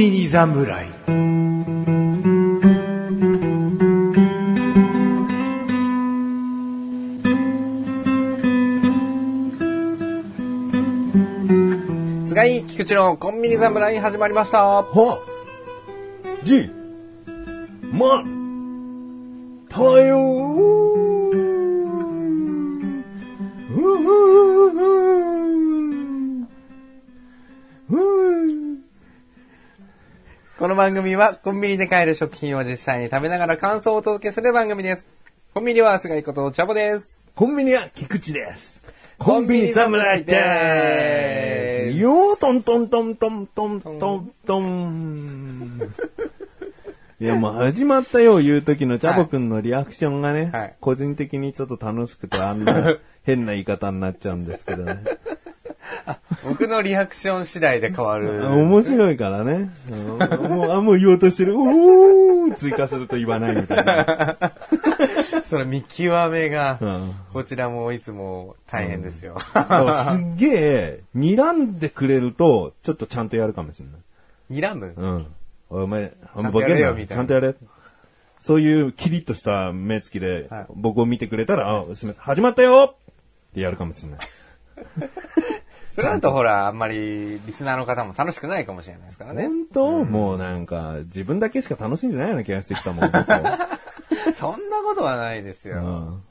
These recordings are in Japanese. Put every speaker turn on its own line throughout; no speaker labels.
侍
菅井菊池のコンビニ侍始まりました。
はじまたよ
この番組はコンビニで買える食品を実際に食べながら感想をお届けする番組です。コンビニは菅井ことチャボです。
コンビニは菊池です。コンビニ侍です。よー、トントントントントントントン。いや、もう始まったよ、言う時のチャボくんのリアクションがね、
はい
個人的にちょっと楽しくて、あんな 変な言い方になっちゃうんですけどね。
僕のリアクション次第で変わる。
面白いからね。うんもう、あ、もう言おうとしてる。おー追加すると言わないみたいな。
その見極め
う
が、
ん
こちらもいつも大変ですよ。
だからすっげえ、睨んでくれると、ちょっとちゃんとやるかもしれない。
睨む
うん。おいお前、あ
ちゃんと
ボケん
やれよ
な
みたいな
ちゃんとやれ。そういうキリッとした目つきで
はい、
僕を見てくれたら、あ、すみません、始まったよってやるかもしれない。
それだとほら、あんまりリスナーの方も楽しくないかもしれないですからね。
本当、もうなんか、自分だけしか楽しんでないような気がしてきたもん、僕
そんなことはないです
う
よ。
ん。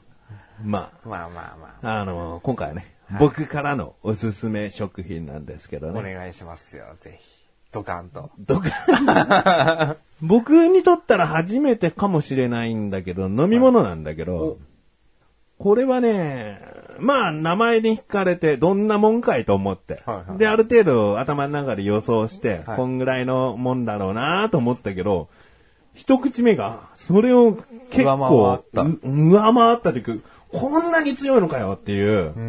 まあ、
まあまあま
あの、今回はね、僕からのおすすめ食品なんですけど
あ、お
ね。
願いしますよ、ぜひ。ドカンと。
どか僕にとったら初めてかもしれないんだけど、飲み物なんだけど、これはね、まあ名前に惹かれてどんなもんかいと思って、
はいはい
で、ある程度頭の中で予想して、
はい
こんぐらいのもんだろうなと思ったけど、一口目が、それを結構、
上回
う上回ったというか、こんなに強いのかよっていう、
うー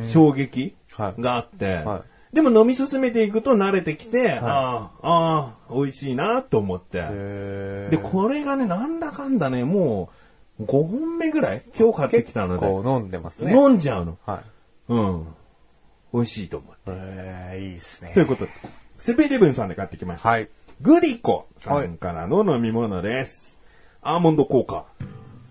ん。
衝撃
はい
があって、
は
でも飲み進めていくと慣れてきて、ああ、ああ、美味しいなと思って、
へ
で、これがね、なんだかんだね、もう5本目ぐらい今日買ってきたので、
こう飲んでますね。
飲んじゃうの。
はい。
うん。美味しいと思う。
えー、いいですね
という。ことで、セブンイレブンさんで買ってきました。
はい。
グリコさんからの飲み物です。アーモンド効果。
ア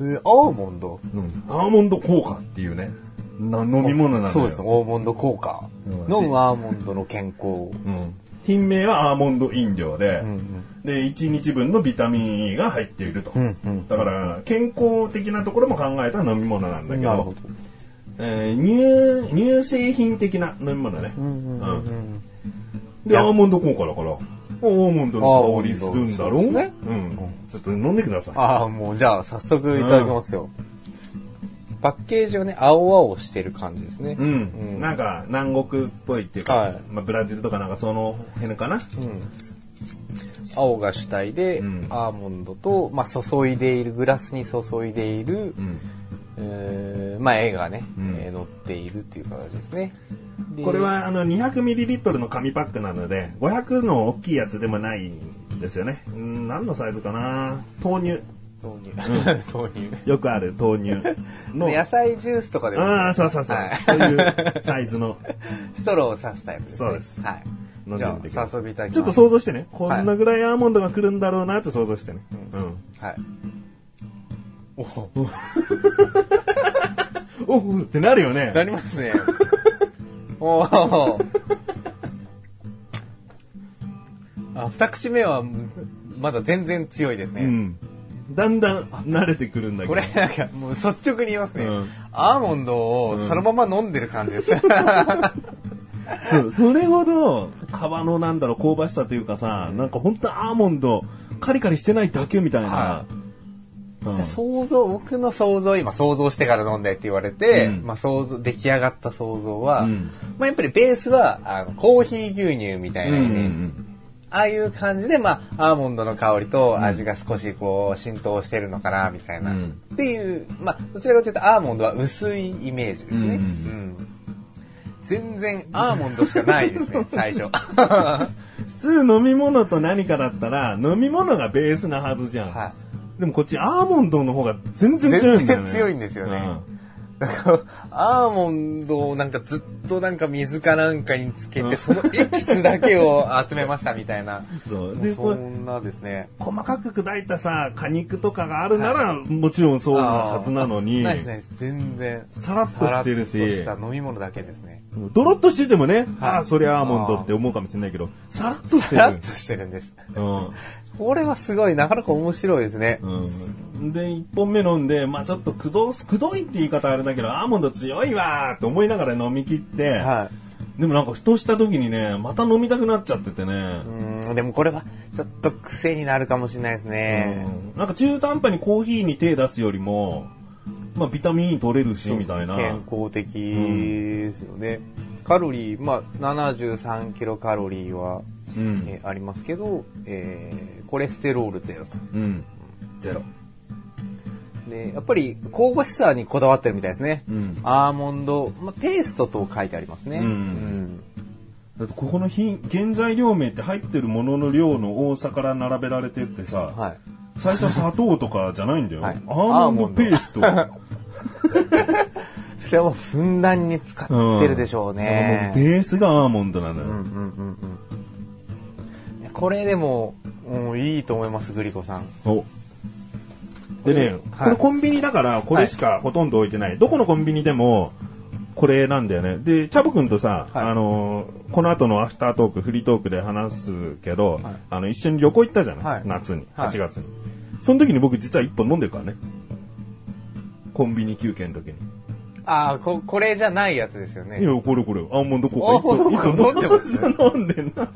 ーモンド
うん。アーモンド効果っていうね、な飲み物なのよ。
そうです。アーモンド効果。ノンアーモンドの健康。
うん品名はアーモンド飲料で、で1日分のビタミン E が入っていると、だから健康的なところも考えた飲み物なんだけど
なるほど
えー乳乳製品的な飲み物ね、うんでアーモンド効果だからアーモンドの香りするんだろ
ア
う、
ーモンドそうですね
うん、ちょっと飲んでください
ああ、もうじゃあ早速いただきますよ。パッケージはね、青々してる感じですね。
うん、なんか南国っぽいっていうか、
はい
まあ、ブラジルとかなんかその辺かな、
青が主体で、
ん
アーモンドと、まあ、注いでいる、グラスに注いでいる、えーまあ、絵がね、えー載っているっていう形ですね。で
これはあの 200ml の紙パックなので500の大きいやつでもないんですよねうん何のサイズかな豆乳
豆乳。 豆乳。
よくある豆乳 の
野菜ジュースとかでもね
ああそうそうそう、
はい
そういうサイズの
ストローを刺すタイプです、ね。
そうです
はい
飲んで。み
じゃ
てく
あ、
だ
早速いただきます。
ちょっと想像してねこんなぐらいアーモンドが来るんだろうなって想像してね、うん
はい。おお、
おうってなるよね
なりま すね。おお。あ、二口目は、まだ全然強いですね。
うんだんだん慣れてくるんだけど
これ、なんか、もう率直に言いますね、
うん
アーモンドをそのまま飲んでる感じです。
そうそれほど皮のなんだろう香ばしさというかさなんか本当アーモンドカリカリしてないだけみたいな、
は
うん
想像、僕の想像、今想像してから飲んでって言われて、
うん
まあ想像、出来上がった想像は、
うん
まあやっぱりベースは、あの、コーヒー牛乳みたいなイメージ。
うんうんう
ああいう感じで、まあ、アーモンドの香りと味が少しこう浸透してるのかな、みたいな。
うん
っていう、まあ、どちらかというとアーモンドは薄いイメージですね。
うん
うん全然アーモンドしかないですね、最初。
普通飲み物と何かだったら飲み物がベースなはずじゃん、
は
でもこっちアーモンドの方が全然強いん
全
だよ
然
ね
強いんですよね。アーモンドをなんかずっとなんか水かなんかにつけて、そのエキスだけを集めましたみたいな。
そう
も
で
う
こ
そ
れ
んなですね。
細かく砕いたさ、果肉とかがあるなら、もちろんそうなはずなのに、
あーないですないです。全然。
さらっとしてるし
さらっとした飲み物だけですね。
ドロッとしててもね、
はい
ああ、そりゃアーモンドって思うかもしれないけど、さらっとして
さらっ
る
と。してるんです。
うん
これはすごい、なかなか面白いですね。
うんで、1本目飲んで、まあちょっとくどす、くどいって言い方あれだけど、アーモンド強いわーって思いながら飲み切って、
は
でもなんかふとした時にね、また飲みたくなっちゃっててね
い。う、ーん、でもこれはちょっと癖になるかもしれないですね。
うんなんか中途半端にコーヒーに手出すよりも、まあビタミン取れるし、みたいな。
健康的ですよね。カロリー、まあ、73キロカロリーは、
うん
えーありますけど、えーコレステロールゼロと。
うん。ゼロ。
で、やっぱり香ばしさにこだわってるみたいですね。
うん
アーモンド、まあ、テイストと書いてありますね。
うんだってここの品原材料名って入ってるものの量の多さから並べられてってさ、
うんはい。
最初は砂糖とかじゃないんだよ。
はい
アーモンドペース ト。
それはもうふんだんに使ってるでしょうね。
もうベースがアーモンドなのよ。
うんうんうんうんこれでも、うん、いいと思います、グリコさん。
おでね、
はい
これコンビニだからこれしかほとんど置いてない。どこのコンビニでもこれなんだよね。で、チャボくんとさ、
はい
あのーこの後のアフタートーク、フリートークで話すけど、
はい
あの、一緒に旅行行ったじゃない、
はい
夏に、
はい
8月に。その時に僕実は一本飲んでるからね。コンビニ休憩の時に。
ああ、こ、これじゃないやつですよ
い
ね。
や、これこれ、アーモンド
アーモ
効
ンド効
果
果
一本
飲んでますね
飲んでんな。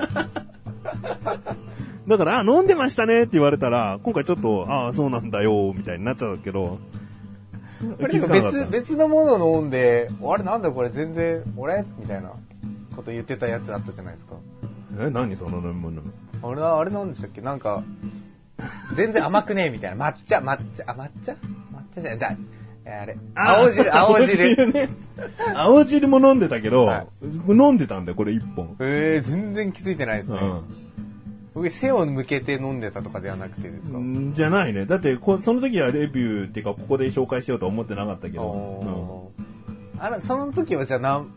だから、あ、飲んでましたねって言われたら、今回ちょっと、ああ、そうなんだよ、みたいになっちゃうけど。
こ
気
れでも
づかなかっ
別、
た
別のもの飲んで、あれなんだこれ全然、俺みたいなこと言ってたやつあったじゃないですか。
え、何その飲み物。
あれは、あれなんでしたっけなんか、全然甘くねえみたいな。抹茶、抹茶、あ、抹茶抹茶じゃない、じゃあえーあれ。青汁、青汁。
ね。青汁も飲んでたけど、
はい
飲んでたんだよ、これ一本。
えー、全然気づいてないです
う
ね。
ん。
僕、背を向けて飲んでたとかではなくてですか、
うんじゃないね。だってこ、その時はレビューっていうか、ここで紹介しようとは思ってなかったけど。
おーあら、その時はじゃあ何、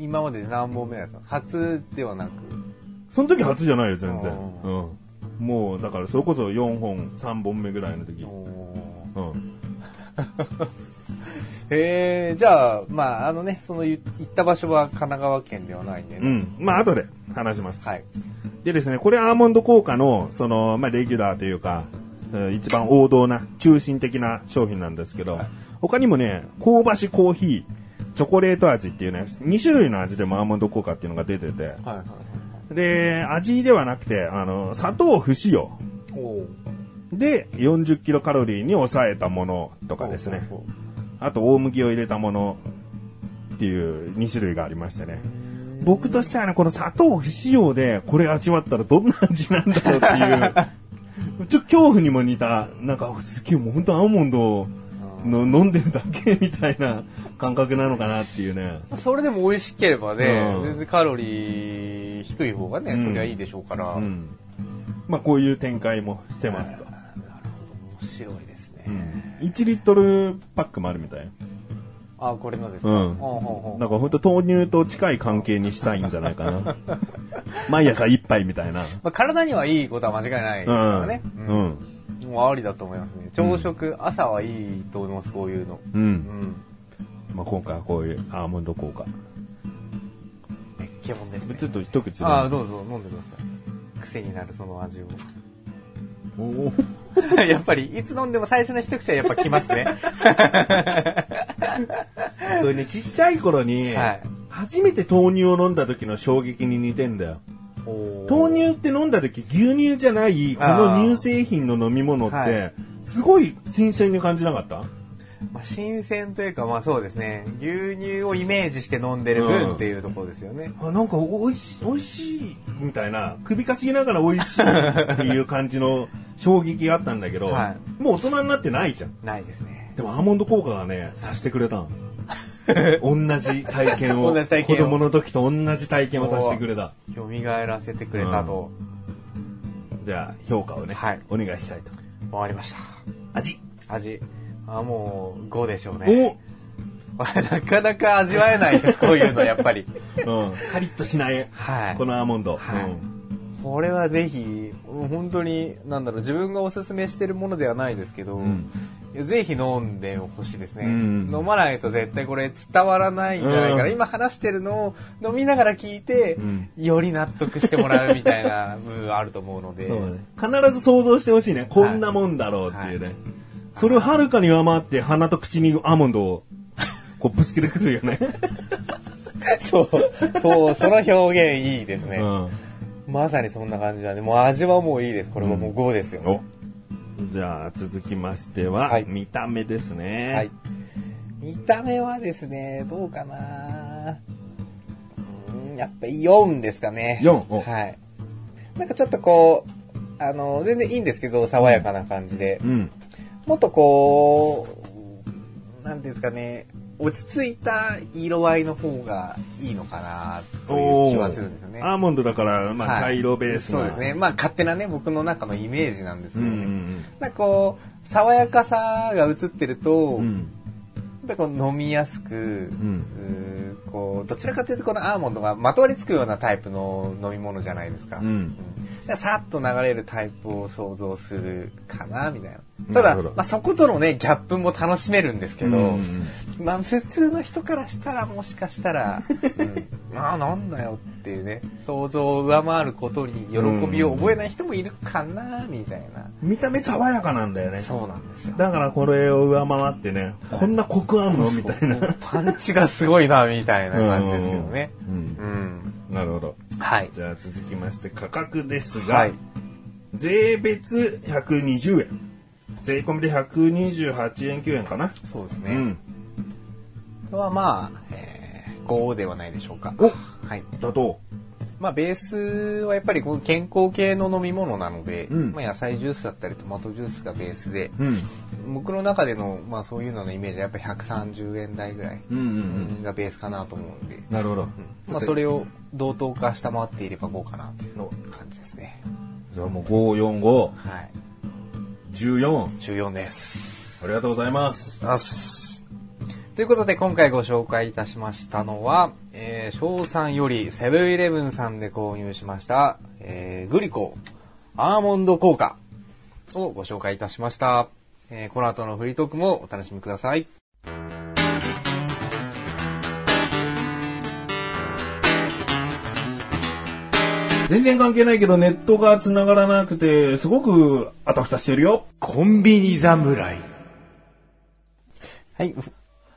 今までで何本目だったの初ではなく。
うんその時初じゃないよ、全然。
お
うん。もう、だから、それこそ4本、3本目ぐらいの時。うん。
えー、じゃあ、まあ、あのね、その言行った場所は神奈川県ではないんで
う
ね。
ん。まあ、後で話します。
はい。
でですね、これアーモンド効果の、その、まあ、レギュラーというか、うん一番王道な、中心的な商品なんですけど、他にもね、香ばしコーヒー、チョコレート味っていうね、2種類の味でもアーモンド効果っていうのが出てて、
はいはいはい。
で、味ではなくて、あの、砂糖不使用
おー
で40キロカロリーに抑えたものとかですね。
ほうほうほ
あと大麦を入れたものっていう2種類がありましてね。僕としてはね、この砂糖不使用でこれ味わったらどんな味なんだろうっていう、 ちょっと恐怖にも似た、なんかすげえもうほんとアーモンドの飲んでるだけみたいな感覚なのかなっていうね。
うそれでも美味しければね、
うん
全然カロリー低い方がね、
うん
そりゃいいでしょうから、
うん。まあこういう展開もしてますと。
面白いですね。
1リットルパックもあるみたい。
あ、これのですか、
うん
ほうほうほう
なんかほんと豆乳と近い関係にしたいんじゃないかな。 毎朝一杯みたいな。
まあ、体にはいいことは間違いないで
う
すから
ん。
ね。
う
うん
ん。
もうありだと思いますね。朝食、朝はいいと思います、こういうの。
う。
うんん。
まあ、今回はこういうアーモンド効果。
めっけもんですね。
ちょっと一口で。
ああ、どうぞ飲んでください。癖になるその味を。
おお
やっぱり、いつ飲んでも最初の一口はやっぱ来ます ね。
それね、ちっちゃい頃に
はい、
初めて豆乳を飲んだ時の衝撃に似てんだよ。
豆
豆乳って飲んだ時牛乳じゃない、この乳製品の飲み物っ
あーは
て、すごい新鮮に感じなかった
まあ、新鮮というか、まあそうですね。牛乳をイメージして飲んでる分っていうところですよね。
あなんかおいしい、おいしい、みたいな、首かしげながらおいしいっていう感じの衝撃があったんだけど、
は
もう大人になってないじゃん。
ないですね。
でもアーモンド効果がね、さしてくれたの。同じ体験を。
同じ体験を
子供の時と同じ体験をさせてくれた。
蘇らせてくれたと、
じゃあ、評価をね、
はい
お願いしたいと。
終わりました。
味
味。あ、もう、5でしょうね。
お
まあ なかなか味わえないです、こういうの、やっぱり。
うん。カリッとしない、
はい
このアーモンド。
はい
うん
これはぜひ、もう本当に、なんだろう、自分がおすすめしてるものではないですけど、
ん
いやぜひ飲んでほしいですね、
うん
飲まないと絶対これ伝わらないんじゃないかな。
うん
今話してるのを飲みながら聞いて、
ん
より納得してもらうみたいな部分あると思うので、
そうだね。必ず想像してほしいね。こんなもんだろうっていうね。それをはるかに上回って鼻と口にアーモンド をこうぶつけてくるよね。
そう、そう、その表現いいです
う
ね。
ん。
まさにそんな感じなんで、もう味はもういいです。これはもう5ですよ、
おじゃあ続きましては、
はい
見た目ですね。
はい。見た目はですね、どうかなうーんやっぱり4ですかね。
4お
はい。なんかちょっとこう、あの、全然いいんですけど、爽やかな感じで
う。ん。
もっとこう、なんていうんですかね、落ち着いた色合いの方がいいのかなという気はするんですよね。
アーモンドだから、ま
は
あ、
い
茶色ベースな
そうですね。まあ勝手なね、僕の中のイメージなんですけ
うん
ど
う
ね。
ん
なんかこう、爽やかさが映ってると、
うん。うん。
やっぱりこう飲みやすく、
ん
うーこうどちらかというとこのアーモンドがまとわりつくようなタイプの飲み物じゃないですか。
うん
うんだからさっと流れるタイプを想像するかなみたいな。た
な
だ、
るほ
ま
ど
あ、そことのね、ギャップも楽しめるんですけど、
うんうん
まあ、普通の人からしたらもしかしたら、 うん、ああ、なんだよっていうね、想像を上回ることに喜びを覚えない人もいるかなみたいな。
見た目爽やかなんだよね。
そうなんですよ。
だからこれを上回ってね、こんなコクあんのみたいな。
パンチがすごいな、みたいな感じですけどね。
うん
うん。
なるほど。
はい。
じゃあ続きまして価格ですが、
はい。
税別120円。税込みで128円9円かな。
そうです
う
ね。
ん。
これはまあ、えー、5ではないでしょうか。
お
はい。
だと、
まあ、ベースはやっぱりこう健康系の飲み物なので、
うん
まあ、野菜ジュースだったりトマトジュースがベースで、
うん。
僕の中での、まあ、そういうののイメージはやっぱり130円台ぐらい
うんうんうん。
がベースかなと思うんで、
なるほど。
まあ、それを同等か下回っていれば5かなという
の
感じですね。
じゃあもう5、
はい。
4、5、14。
14です。
ありがとうございます。
よし。ということで今回ご紹介いたしましたのは、えー、翔さんよりセブンイレブンさんで購入しました、えー、グリコアーモンド効果をご紹介いたしました。えー、この後のフリートークもお楽しみください。
全然関係ないけどネットが繋がらなくて、すごくあたふたしてるよ。
コンビニ侍。はい、フ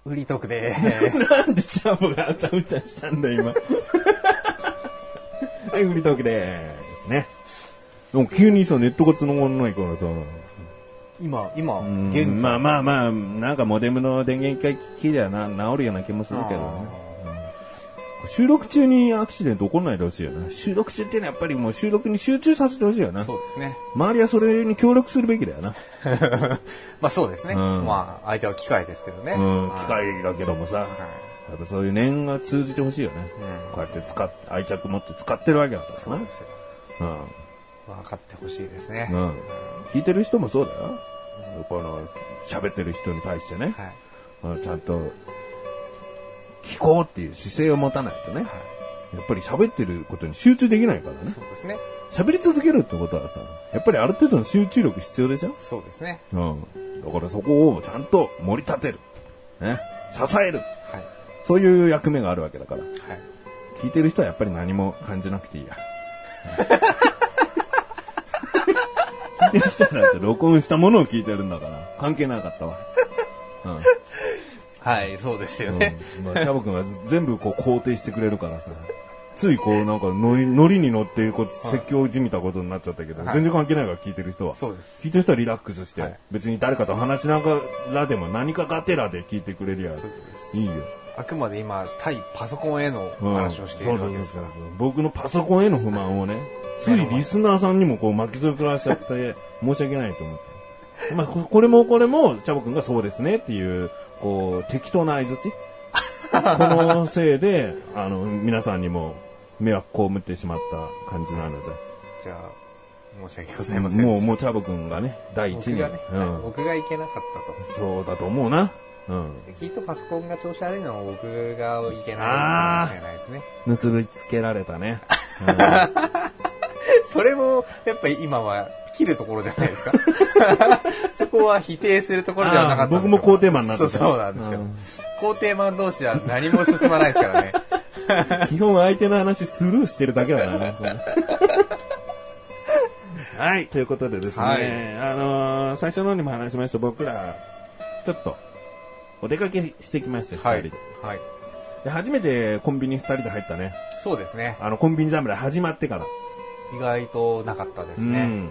フリートークでーす。
なんでチャボがあたふたしたんだ今。 はい、フリートークでーすね。でも急にさ、ネットが繋がんないからさ。
今、今、現在。
うんまあまあまあ、なんかモデムの電源一回切りゃな、治るような気もするけどね。収録中にアクシデント起こらないでほしいよな。収録中っていうのはやっぱりもう収録に集中させてほしいよな。
そうですね。
周りはそれに協力するべきだよ な。
まあそうですね。
うん
まあ相手は機械ですけどね。
うん、
はい
機械だけどもさ、やっぱそういう念が通じてほしいよね。こうやって使っ愛着持って使ってるわけだから
そう
ね
で。すよ。
うん。
分かってほしいですね。
うん。聞いてる人もそうだよ。この、喋ってる人に対してね、
はい。
あのちゃんと、聞こうっていう姿勢を持たないとね、やっぱり喋ってることに集中できないからね
そ。うですね。
喋り続けるってことはさ、やっぱりある程度の集中力必要でしょ
そうですね。
うん。だからそこをちゃんと盛り立てる。ね。支える。
はい。
そういう役目があるわけだから。
はい。
聞いてる人はやっぱり何も感じなくていいや。聞いてる人はだって録音したものを聞いてるんだから、関係なかったわ。
はい、そうですよ
うん。
ね。
まあ、シャボ君は全部こう肯定してくれるからさ。ついこうなんかノリノリに乗ってこう説教じみたことになっちゃったけど、
はい
全然関係ないから聞いてる人は。
そうです
聞いてる人はリラックスして、
はい
別に誰かと話しながらでも何かがてらで聞いてくれりゃ
そうです
いいよ。
あくまで今、対パソコンへの
うん
話をしているわけですから。
そうそうそう僕のパソコンへの不満をね、ついリスナーさんにもこう巻き添え食らわしちゃって、 申し訳ないと思って。まあ、ここれもこれも、チャボくんがそうですねっていう、こう、適当な相づち。このせいで、あの、皆さんにも迷惑被ってしまった感じなの
じゃあ、申し訳ござ
で。
いませんで
もう、
した。
もうチャボくんがね、第一
僕
に。
がね、
うん
僕がいけなかったと。
そうだと思うな。うん。
きっとパソコンが調子悪いのは僕がいけないかもしれないですね。
結びつけられたね。
それも、やっぱり今は切るところじゃないで すか。そこは否定するところではなかったんでしょう
あー僕も肯定マンになって
そう
た
そうなんですよ
うん。
肯定マン同士は何も進まないですからね。
うん基本相手の話スルーしてるだけだからね。はい。ということでですね、
はい
あのー最初の方にも話しました僕ら、ちょっと、お出かけしてきました、
は
二人
い
で。。
はい。
で、初めてコンビニ二人で入ったね。
そうですね。
あの、コンビニ侍始まってから。
意外となかったですね。
うん、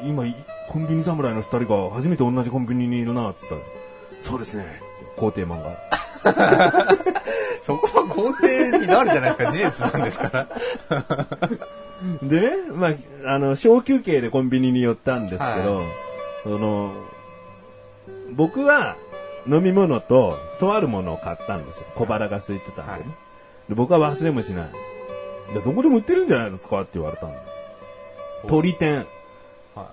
え今いコンビニ侍の二人が初めて同じコンビニにいるなっつったら「そうですね」つって肯定マンが
そこは肯定になるじゃないですか。事実なんで すから。
でね、まあ、あの小休憩でコンビニに寄ったんですけど、
は
その僕は飲み物ととあるものを買ったんですよ小腹が空いてたんでね、
はい
で僕は忘れもしないいやどこでも売ってるんじゃないですかって言われたんで
お
鳥天
は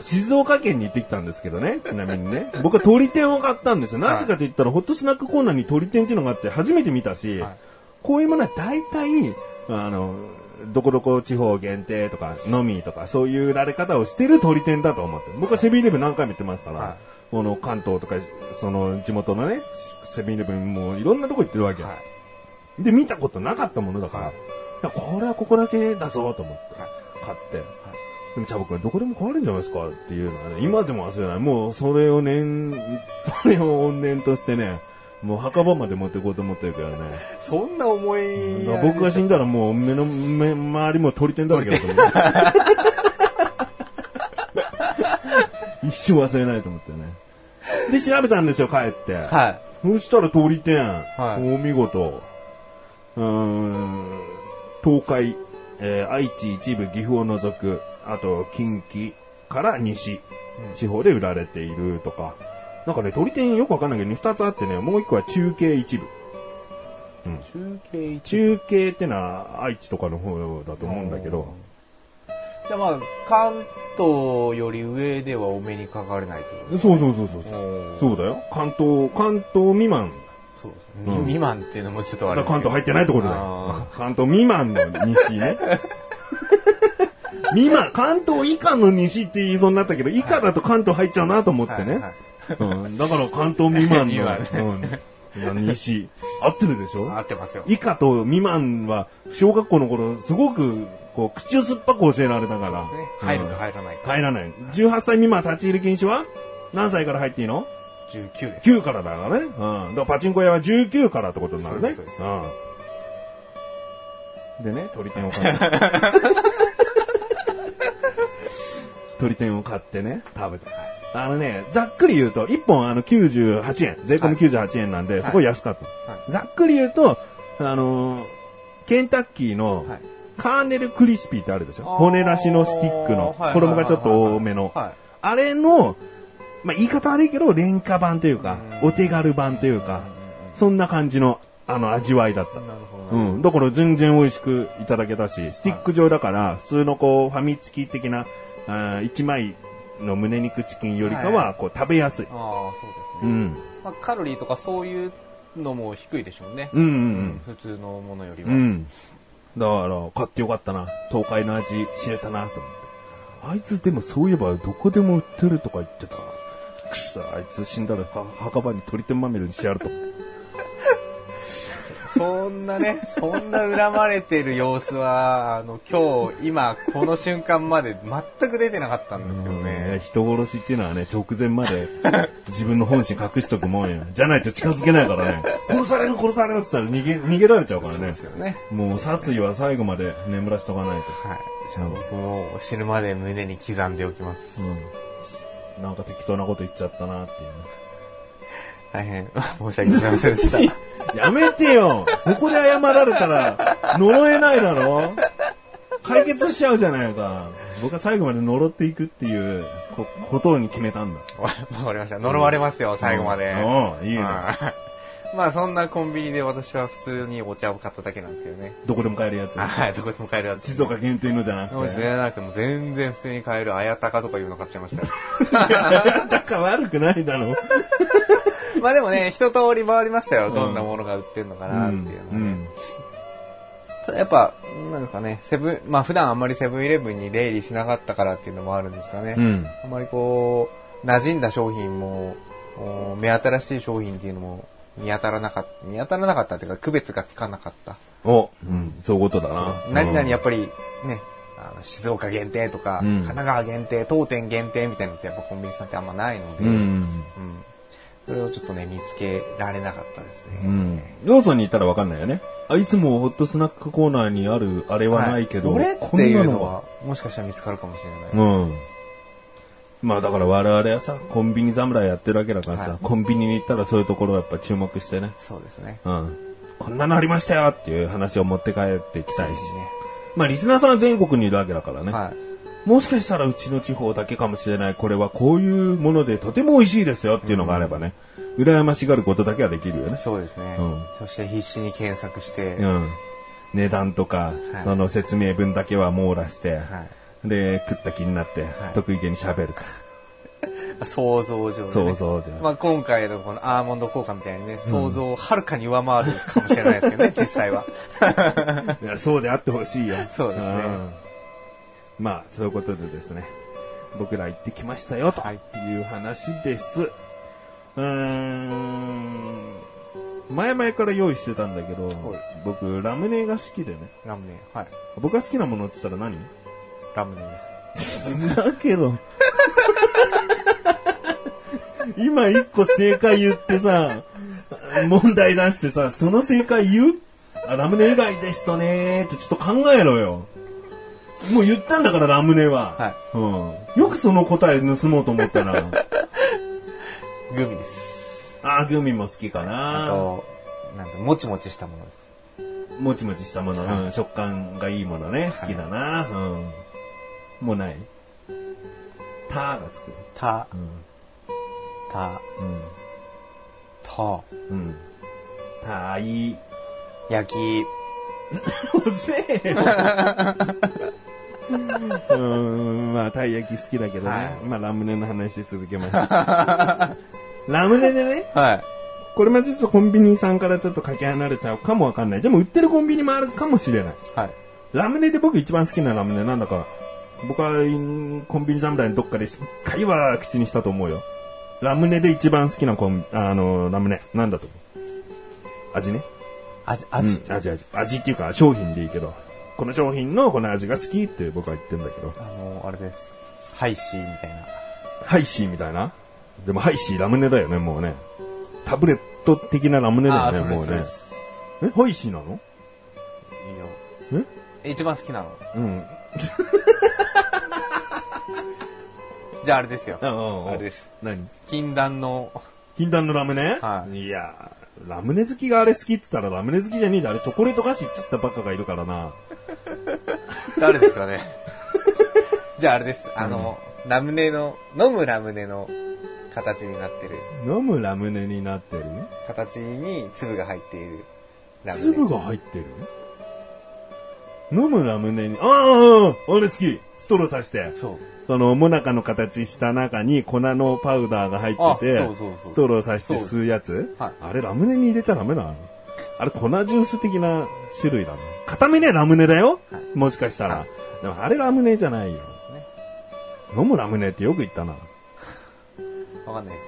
静岡県に行ってきたんですけどね、 ちなみにね。僕は鳥天を買ったんですよ。なぜかと言ったら、ホットスナックコーナーに鳥天っていうのがあって初めて見たし、
はい
こういうものは大体、あの、どこどこ地方限定とか、のみとか、そういう売られ方をしてる鳥天だと思って。僕はセブンイレブン何回も行ってますから、
はい
この関東とか、その地元のね、セブンイレブンもいろんなとこ行ってるわけ
い。
よ、
はい。
で、見たことなかったものだから、
はい
いやこれはここだけだぞと思って、
はい
買って、でもチャボくんどこでも買えるんじゃないですかっていうのはね、今でも忘れない。もうそれを年、 それを怨念としてね、もう墓場まで持っていこうと思ってるからね。
そんな思い
だから僕が死んだらもう目の、目、周りも鳥天だらけだと思う。一生忘れないと思ってね。で、調べたんですよ、帰って。
は
そしたら通り店、
い
お見事。うーん、東海、えー愛知、一部、岐阜を除く、あと、近畿から西、地方で売られているとか。なんかね、鳥店よくわかんないけどね、二つあってね、もう一個は中継一部。
い。中継一
中継ってのは愛知とかの方だと思うんだけど、
じゃあまあ、関東より上ではお目にかかれないってこと
そ
で
うそうそうそうそ
す
う。
ね。
そうだよ。関東、関東未満。
そうですね。
うん
未満っていうのもちょっとあ
だ
れ
から
です
関東入
けど
ってないところだ
あ
よ。関東未満の西ね。 未満、関東以下の西って言いそうになったけど、以下だと関東入っちゃうなと思ってね。
はいはい
うん、だから関東未 満
未
の、うん、西。合ってるでしょ
合ってますよ。
以下と未満は、小学校の頃、すごく、こう、口を酸っぱく教えられたか
そう
ら。
ですね。入る
う
か
ん
入らないか。
入らない。18歳未満立ち入り禁止は何歳から入っていいの
19です。
9からだからね。うん。だからパチンコ屋は19からってことになるね。
そうです
うん。でね、鳥天を 買って。鳥天を買ってね、食べて。あのね、ざっくり言うと、1本あの98円、税込み98円なんで、すごい安かった。
は
ざっくり言うと、あのーケンタッキーの
はい
カーネルクリスピーってあるでしょ、骨なしのスティックの
あーはい、
衣がちょっと多めの。
は
あれの、まあ、言い方悪いけど、廉価版というか、お手軽版というか、そんな感じの、あの、味わいだっ
い。
た。
なるほどなるほど。
うん。だから全然美味しくいただけたし、スティック状だから、普通のこう、ファミチキ的な、あー一枚の胸肉チキンよりか
は
は、こう、食べやすい。
ああ、そうで
う
すね。
ん。
まあ、カロリーとかそういうのも低いでしょうね。
うんうん
普通のものより
うん。
は。
うん。だから、買ってよかったな。東海の味知れたな、と思って。あいつでもそういえばどこでも売ってるとか言ってた。くそ、あいつ死んだらは墓場に鳥天まみれにしてやると思って
そんな ね、そんな恨まれてる様子は、あの、今日、今、この瞬間まで全く出てなかったんですけどね。
人殺しっていうのはね、直前ま で自分の本心隠しとくもんや。じゃないと近づけないからね。殺される殺されるって言ったら逃げ、逃げられちゃうから
そう
ね
です。よね。
もう殺意は最後まで眠らしとかないと。
はい。じゃあ僕も死ぬまで胸に刻んでおきます。
うん。なんか適当なこと言っちゃったなっていうね。
大変 申し訳ございませんで した。
やめてよそこで謝られたら、呪えないだろ解決しちゃうじゃないか。僕は最後まで呪っていくっていうこことに決めたんだ。
わかりました。呪われますよ、最後まで。
うんうんいいね
はいまあそんなコンビニで私は普通にお茶を買っただけなんですけどね。
どこでも買えるやつ。
はい、どこでも買えるやつ。
静岡限定のじゃな
もう
く
全
て。
然なくても全然普通に買える綾鷹とかいうの買っちゃいましたよ。
いやなんか悪くないだろ。
まあでもね、一通り回りましたよ。どんなものが売ってんのかなっていうのはね。
ん。
ただやっぱ、なんですかね、セブン、まあ普段あんまりセブンイレブンに出入りしなかったからっていうのもあるんですかね。
うん
あんまりこう、馴染んだ商品も、お目新しい商品っていうのも見当たらなかった、見当たらなかったっていうか区別がつかなかった。
お、うん、そういうことだな。
何々やっぱりね、あの静岡限定とか、
うん
神奈川限定、当店限定みたいなのってやっぱコンビニさんってあんまないので、
う
うん
ん。
それをちょっとね、見つけられなかったですね。
うん。ローソンに行ったらわかんないよね。あ、いつもホットスナックコーナーにある、あれはないけど、
は俺
こ
っ
ん
てい
な
うのは、もしかしたら見つかるかもしれない。
うん。まあだから我々はさ、コンビニ侍やってるわけだからさ、
はい
コンビニに行ったらそういうところはやっぱ注目してね。
そうですね。
うん。こんなのありましたよっていう話を持って帰ってきたいし。
ね
まあリスナーさんは全国にいるわけだからね。
はい。
もしかしたらうちの地方だけかもしれない。これはこういうものでとても美味しいですよっていうのがあればね。羨ましがることだけはできるよね。
そうですね、
うん
そして必死に検索して、
うん。値段とか、
はい
その説明文だけは網羅して、
は
で、食った気になって、
はい
得意げに喋るか。
い、想像上で、ね、
想像上
まあ、今回のこのアーモンド効果みたいにね想像をはるかに上回るかもしれないですけ どね実際は
いやそうであってほしいよ。
そうですね
んまあ、そういうことでですね、僕ら行ってきましたよ、と
はい
いう話です。うーん。前々から用意してたんだけど、僕、ラムネが好きでね。
ラムネはい
僕が好きなものって言ったら何
ラムネです
だけど。今一個正解言ってさ、問題出してさ、その正解言うあラムネ以外ですとねーってちょっと考えろよ。もう言ったんだからラムネは。
は
うん。よくその答え盗もうと思ったな。
グミです
あー、グミも好きか
あ
な。
となんともちもちしたものです
もちもちしたもの、うん食感がいいものね。好きだな。うん。もうないターがつく。
た
うん。
た
うん。
た
うん。たい。
焼き
うぜえよ。うん、まあ、たい焼き好きだけどね。
はい
まあ、ラムネの話続けます。 ラムネでね、
はい
これもちょっとコンビニさんからちょっとかけ離れちゃうかもわかんない。でも売ってるコンビニもあるかもしれない。
はい
ラムネで僕一番好きなラムネなんだか、僕はうんコンビニ侍のどっかでしっかりは口にしたと思うよ。ラムネで一番好きなコン、あの、ラムネ、なんだと思う味ね。
味
う
味、
ん、味味味っていうか商品でいいけどこの商品のこの味が好きって僕は言ってんだけど
あのあれですハイシーみたいな
ハイシーみたいなでもハイシーラムネだよねもうねタブレット的なラムネだよね
ー
もうね
す
えハイシーなの
いいよ一番好きなの
うんあ
じゃああれですよ
ああ
あれです
何
禁断の
禁断のラムネ、
はい
いやーラムネ好きがあれ好きって言ったらラムネ好きじゃねえだあれチョコレート菓子って言ったばっかがいるからな
誰です かねじゃああれです。あの、ラムネの、飲むラムネの形になってる。
飲むラムネになってるね
形に粒が入っているラムネ。
粒が入ってる飲むラムネに、ああ、あれ好きストローさして。
そう。
その、もなかの形した中に粉のパウダーが入ってて、
あそうそうそう
ストローさして吸うやつ
はい
あれラムネに入れちゃダメなのあれ粉ジュース的な種類だね。固めねラムネだよ、
はい
もしかしたら。でもあれラムネじゃないよ。
そうで
飲むラムネってよく言ったな。
すね。わかんないです。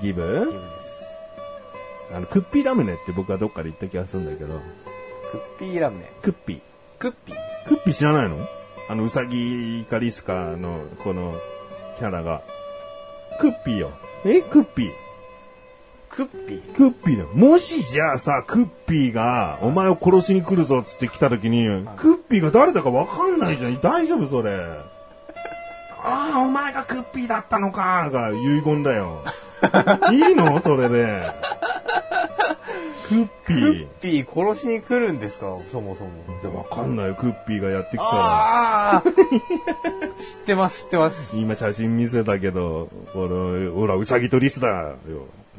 ギ
ギ
ブ
ブです。
あの、クッピーラムネって僕はどっかで言った気がするんだけど、
クッピーラムネ。
クッピー。
クッピー
クッピー知らないのあの、ウサギかリスカの、この、キャラが。クッピーよ。えクッピー。
クッピー
クッピーだよ。もしじゃあさ、クッピーが、お前を殺しに来るぞっつって来た時に、クッピーが誰だかわかんないじゃん。大丈夫それ。ああ、お前がクッピーだったのかが遺言だ よ。いいのそれで。クッピー。
クッピー殺しに来るんですかそもそも。
いやわかんないよ、クッピーがやってきたら。
ああ 知ってます、知ってます。
今写真見せたけど、ほら、ほら、ウサギとリスだよ。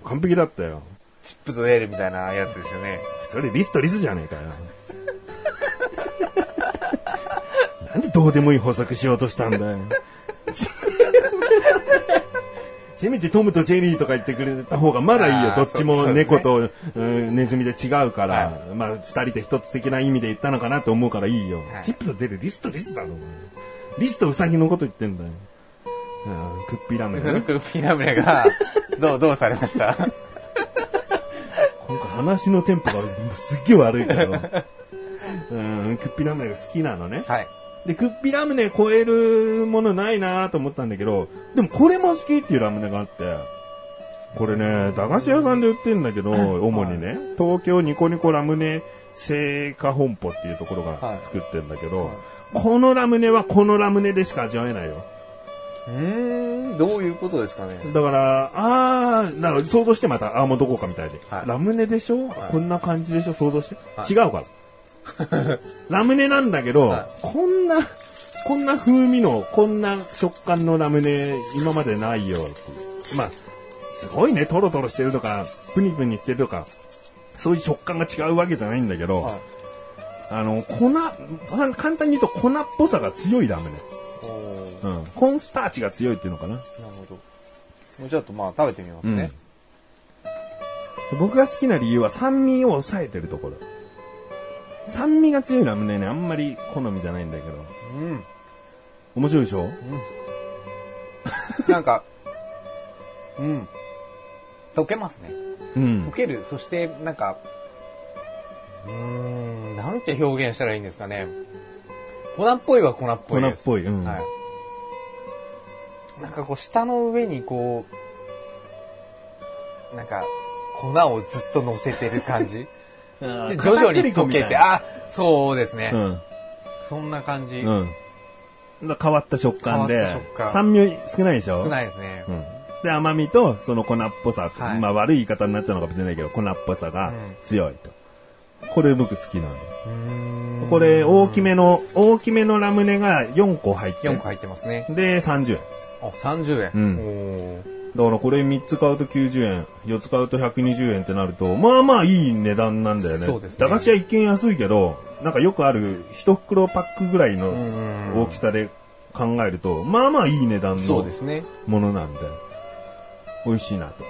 完璧だったよ。
チップとエールみたいなやつですよね。
それリスとリスじゃねえかよ。 なんでどうでもいい補足しようとしたんだよ。 せめてトムとジェリーとか言ってくれた方がまだいいよ。
あー
どっちも
そう
猫と、うんネズミで違うから、
は
まあ、二人で一つ的な意味で言ったのかなと思うからいいよ。
はい
チップと出るリスとリスだろ、お前リスとウサギのこと言ってんだよ。あークッピーラーメン
そ
だ
の
ね。
クルピーラムレが、どう、どうされま した
今回話のテンポがすっげえ悪いけど。うん、クッピーラーメンが好きなのね。
はい。
で、クッピーラムネ超えるものないなと思ったんだけど、でもこれも好きっていうラムネがあって、これね、駄菓子屋さんで売ってんだけど、主にね、東京ニコニコラムネ製菓本舗っていうところ
は
が
い
作ってんだけど、
はい
このラムネはこのラムネでしか味わえないよ。
うーん、どういうことですかね。
だから、あー、なるほど想像してまた、あーもうどこかみたいで。
はい
ラムネでしょ、
はい
こんな感じでしょ想像して、
はい
違う から。ラムネなんだけど、
はい
こんな、こんな風味の、こんな食感のラムネ、今までないよ。まあ、すごいね、トロトロしてるとか、プニプニしてるとか、そういう食感が違うわけじゃないんだけど、
はい
あの、粉、簡単に言うと粉っぽさが強いラムネ。
おー
うん。コーンスターチが強いっていうのかな。
なるほど。もうちょっとまあ食べてみますね。
僕が好きな理由は酸味を抑えてるところ。酸味が強いラムネね、あんまり好みじゃないんだけど。
うん。
面白いでしょ
なんか、うん。溶けますね。
うん
溶。ける。そして、なんか、うーん、なんて表現したらいいんですかね。粉っぽいは粉っぽ
粉
い
っ
です。
ぽい。うん。
はい。なんかこう、舌の上にこう、なんか、粉をずっと乗せてる 感じ。
あー
で徐々
片栗
に
粉
溶
みたい
けて、あ、そうですね。
うん。
そんな感じ。
うん。だから変わった食感で
変わった食、感
酸味少ないでしょ
少ないですね。
うん。で、甘みと、その粉っぽさ、
はい
まあ悪い言い方になっちゃうのかもしれないけど、粉っぽさが強いと。これ僕好きなの。これ、大きめの、大きめのラムネが4個入って
4個入ってますね。
で、30円。
あ、30円。
うん
おー
だからこれ3つ買うと90円、4つ買うと120円ってなると、まあまあいい値段なんだよね。
そうですね
駄菓子屋一見安いけど、なんかよくある一袋パックぐらいの大きさで考えると、まあまあいい値段
そう
の
ですね。
ものなんで、美味しいなと。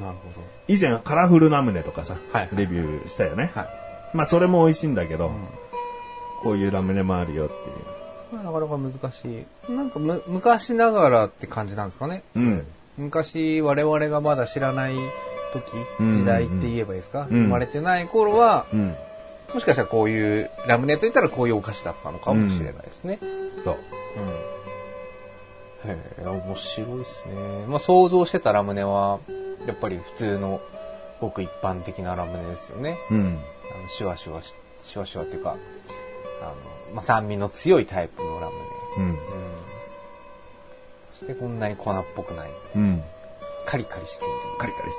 なるほど。
以前カラフルラムネとかさ、
はい
レビューしたよね。
はい。
まあそれも美味しいんだけど、こういうラムネもあるよっていう。
これなかなか難しい。なんかむ、昔ながらって感じなんですかね。
うん。
昔、我々がまだ知らない時、
うん
時代って言えばいいですか、
うん
生まれてない頃は、
うん。
もしかしたらこういう、ラムネと言ったらこういうお菓子だったのかもしれないですね。
そう。
うん。へえ、面白いですね。まあ想像してたラムネは、やっぱり普通の、ごく一般的なラムネですよね。
うん。
あのシュワシュワし、シュワシュワっていうか、あの、まあ、酸味の強いタイプのラム
うん。
ネ。うん。そしてこんなに粉っぽくない。
うん。
カリカリしている。
カリカリです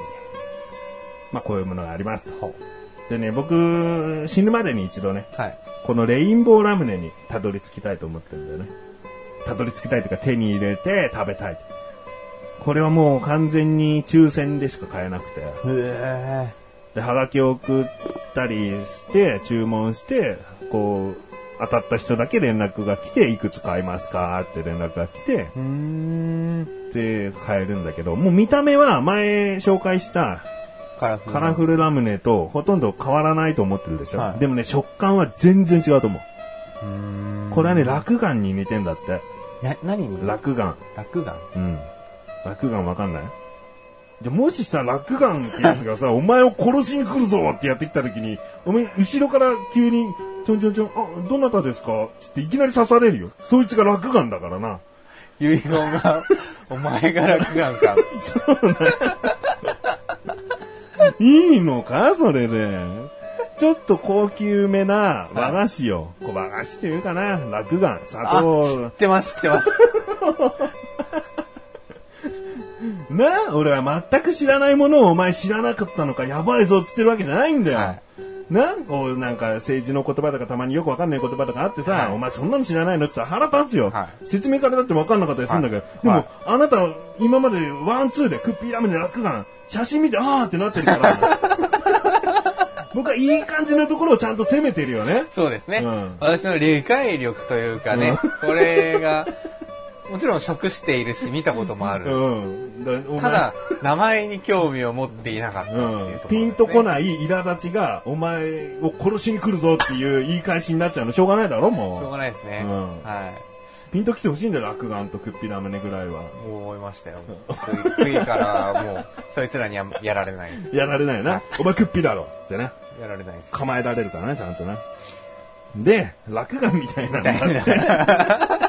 まあこういうものがありますと。
ほう。
でね、僕、死ぬまでに一度ね、
はい。
このレインボーラムネにたどり着きたいと思ってるんだよね。たどり着きたいというか手に入れて食べたい。これはもう完全に抽選でしか買えなくて。
へ
で、はがきを送ったりして、注文して、こう、当たった人だけ連絡が来て、いくつ買いますかって連絡が来て、
うーん。
で、買えるんだけど、もう見た目は前紹介した
カラフル。
カラフルラムネとほとんど変わらないと思ってるでしょ、
はい
でもね、食感は全然違うと思う。これはね、落眼に似てんだって。
な、何に
落眼。
落眼
うん。落眼わかんないでもしさ、落眼ってやつ がさ、お前を殺しに来るぞってやってきた時に、お前、後ろから急に、ちょんちょんちょん、あ、どなたですかつっていきなり刺されるよ。そいつが落眼だからな。
遺言が、 お前が落眼か。
いいのかそれで。ちょっと高級めな和菓子よ。こう和菓子というかな。落眼、砂
あ、知
糖
っ。てます、知ってます。
な俺は全く知らないものをお前知らなかったのか、やばいぞって言ってるわけじゃないんだよ。
はい
なこう、なんか政治の言葉とかたまによくわかんない言葉とかあってさ、
はい
お前そんなの知らないのってさ、腹立つよ、
は
説明されたってわかんなかったりするんだけど、でも、
はい
あなた、今までワンツーでクッピーラムネ落眼、写真見て、あーってなってる から。僕はいい感じのところをちゃんと攻めてるよね。
そうですね。
うん
私の理解力というかね、それが、もちろん食しているし見たこともある。
うん。だお前
ただ、名前に興味を持っていなかったっていううところで
ん
す、ね、
ピンとこ
い。
ない苛立ちが、お前を殺しに来るぞっていう言い返しになっちゃうのしょうがないだろ、
しょう
も
がないですね。
うん
は
う。ピンと来てほしいんだよ、落眼とクッピラムネぐらいは。
い。もう思いましたよ。もう次次からはもう、そいつらにはやられない。
やられないよな。お前クッピだろ、つってね。
やられないです。
構えられるからね、ちゃんとね。で、落眼みたいなのがあって。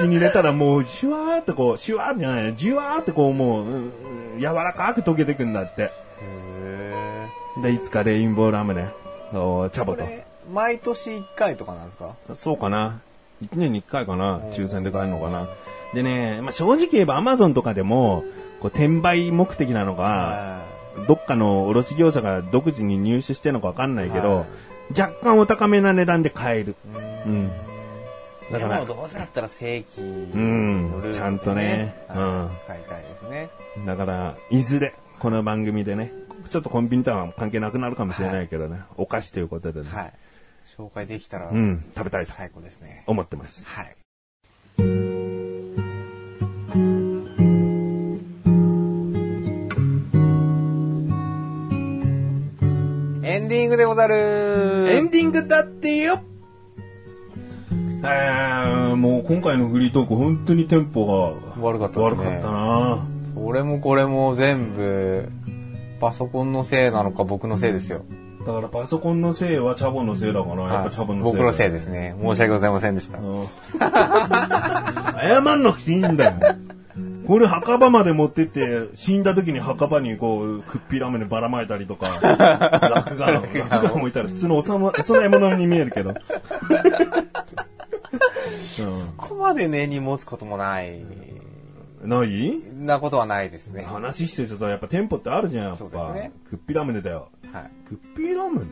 口に入れたらもう、シュワーってこう、シュワーってじゃないね、ジュワーってこう、もう、うんうん柔らかく溶けてくんだって。
へ
で、いつかレインボーラムネ、おーチャ
ー
ボ。
ことれ、毎年1回とかなんですか
そうかな。1年に1回かな。抽選で買えるのかな。でね、まあ、正直言えば Amazon とかでも、こう、転売目的なのか、
は
どっかの卸業者が独自に入手してるのかわかんないけど、
は
若干お高めな値段で買える。
い。うん
うん。だ
で
か
も
ら、
どうせだったら正規
ん
のルールで
ちゃんとねうん
はい買いたいですね。
だから、いずれ、この番組でね、ちょっとコンビニとは関係なくなるかもしれないけどね、お菓子ということでね、
はい。紹介できたら、
うん、食べたいと
最高ですね。
思ってます。
はい。エンディングでござる
エンディングだってよえー、もう今回のフリートーク本当にテンポが
悪かったで
悪
すね
かったな
俺もこれも全部、パソコンのせいなのか僕のせいですよ。
だからパソコンのせいはチャボのせいだから、やっぱチャボのせいだよ。
僕のせいですね。申し訳ございませんでした。
うん謝んなくていいんだよ。これ墓場まで持ってって、死んだ時に墓場にこう、くっぴラムネばらまいたり とか、落眼、落眼もいたら普通のおさまお供え物に見えるけど。
ここまで根に持つこともない。
うん、ない
なことはないですね。は
話しててさ、やっぱテンポってあるじゃん、やっ
そうです
ぱ。
ね
くっぴラムネだよ。
い。
グッピーラーメンだよ。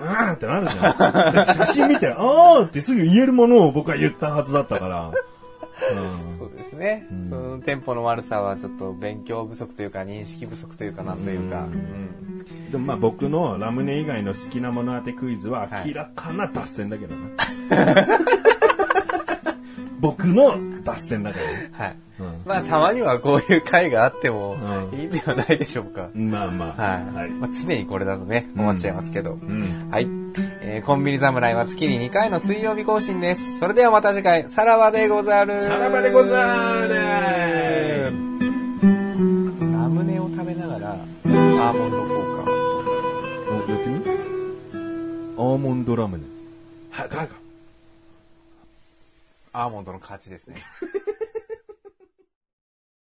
うーんってなるじゃん。 写真見て、あーってすぐ言えるものを僕は言ったはずだったから。うん
そうですね。そのテンポの悪さはちょっと勉強不足というか認識不足というかなんというか。うん
でもまあ僕のラムネ以外の好きなもの当てクイズは明らかな脱線だけどな。 僕の脱線だけどね。
はい。
うん
まあたまにはこういう回があっても
うん
いいんではないでしょうか。
まあまあ。
はい。まあ、常にこれだとね、困っちゃいますけど。
ん
はい。えーコンビニ侍は月に2回の水曜日更新です。それではまた次回、さらばでござる。
さらばでござる
ラムネを食べながら、アーモンド効果をどうぞ。
おやってみアーモンドラムネ。はい、かいか。
アーモンドの勝ちですね。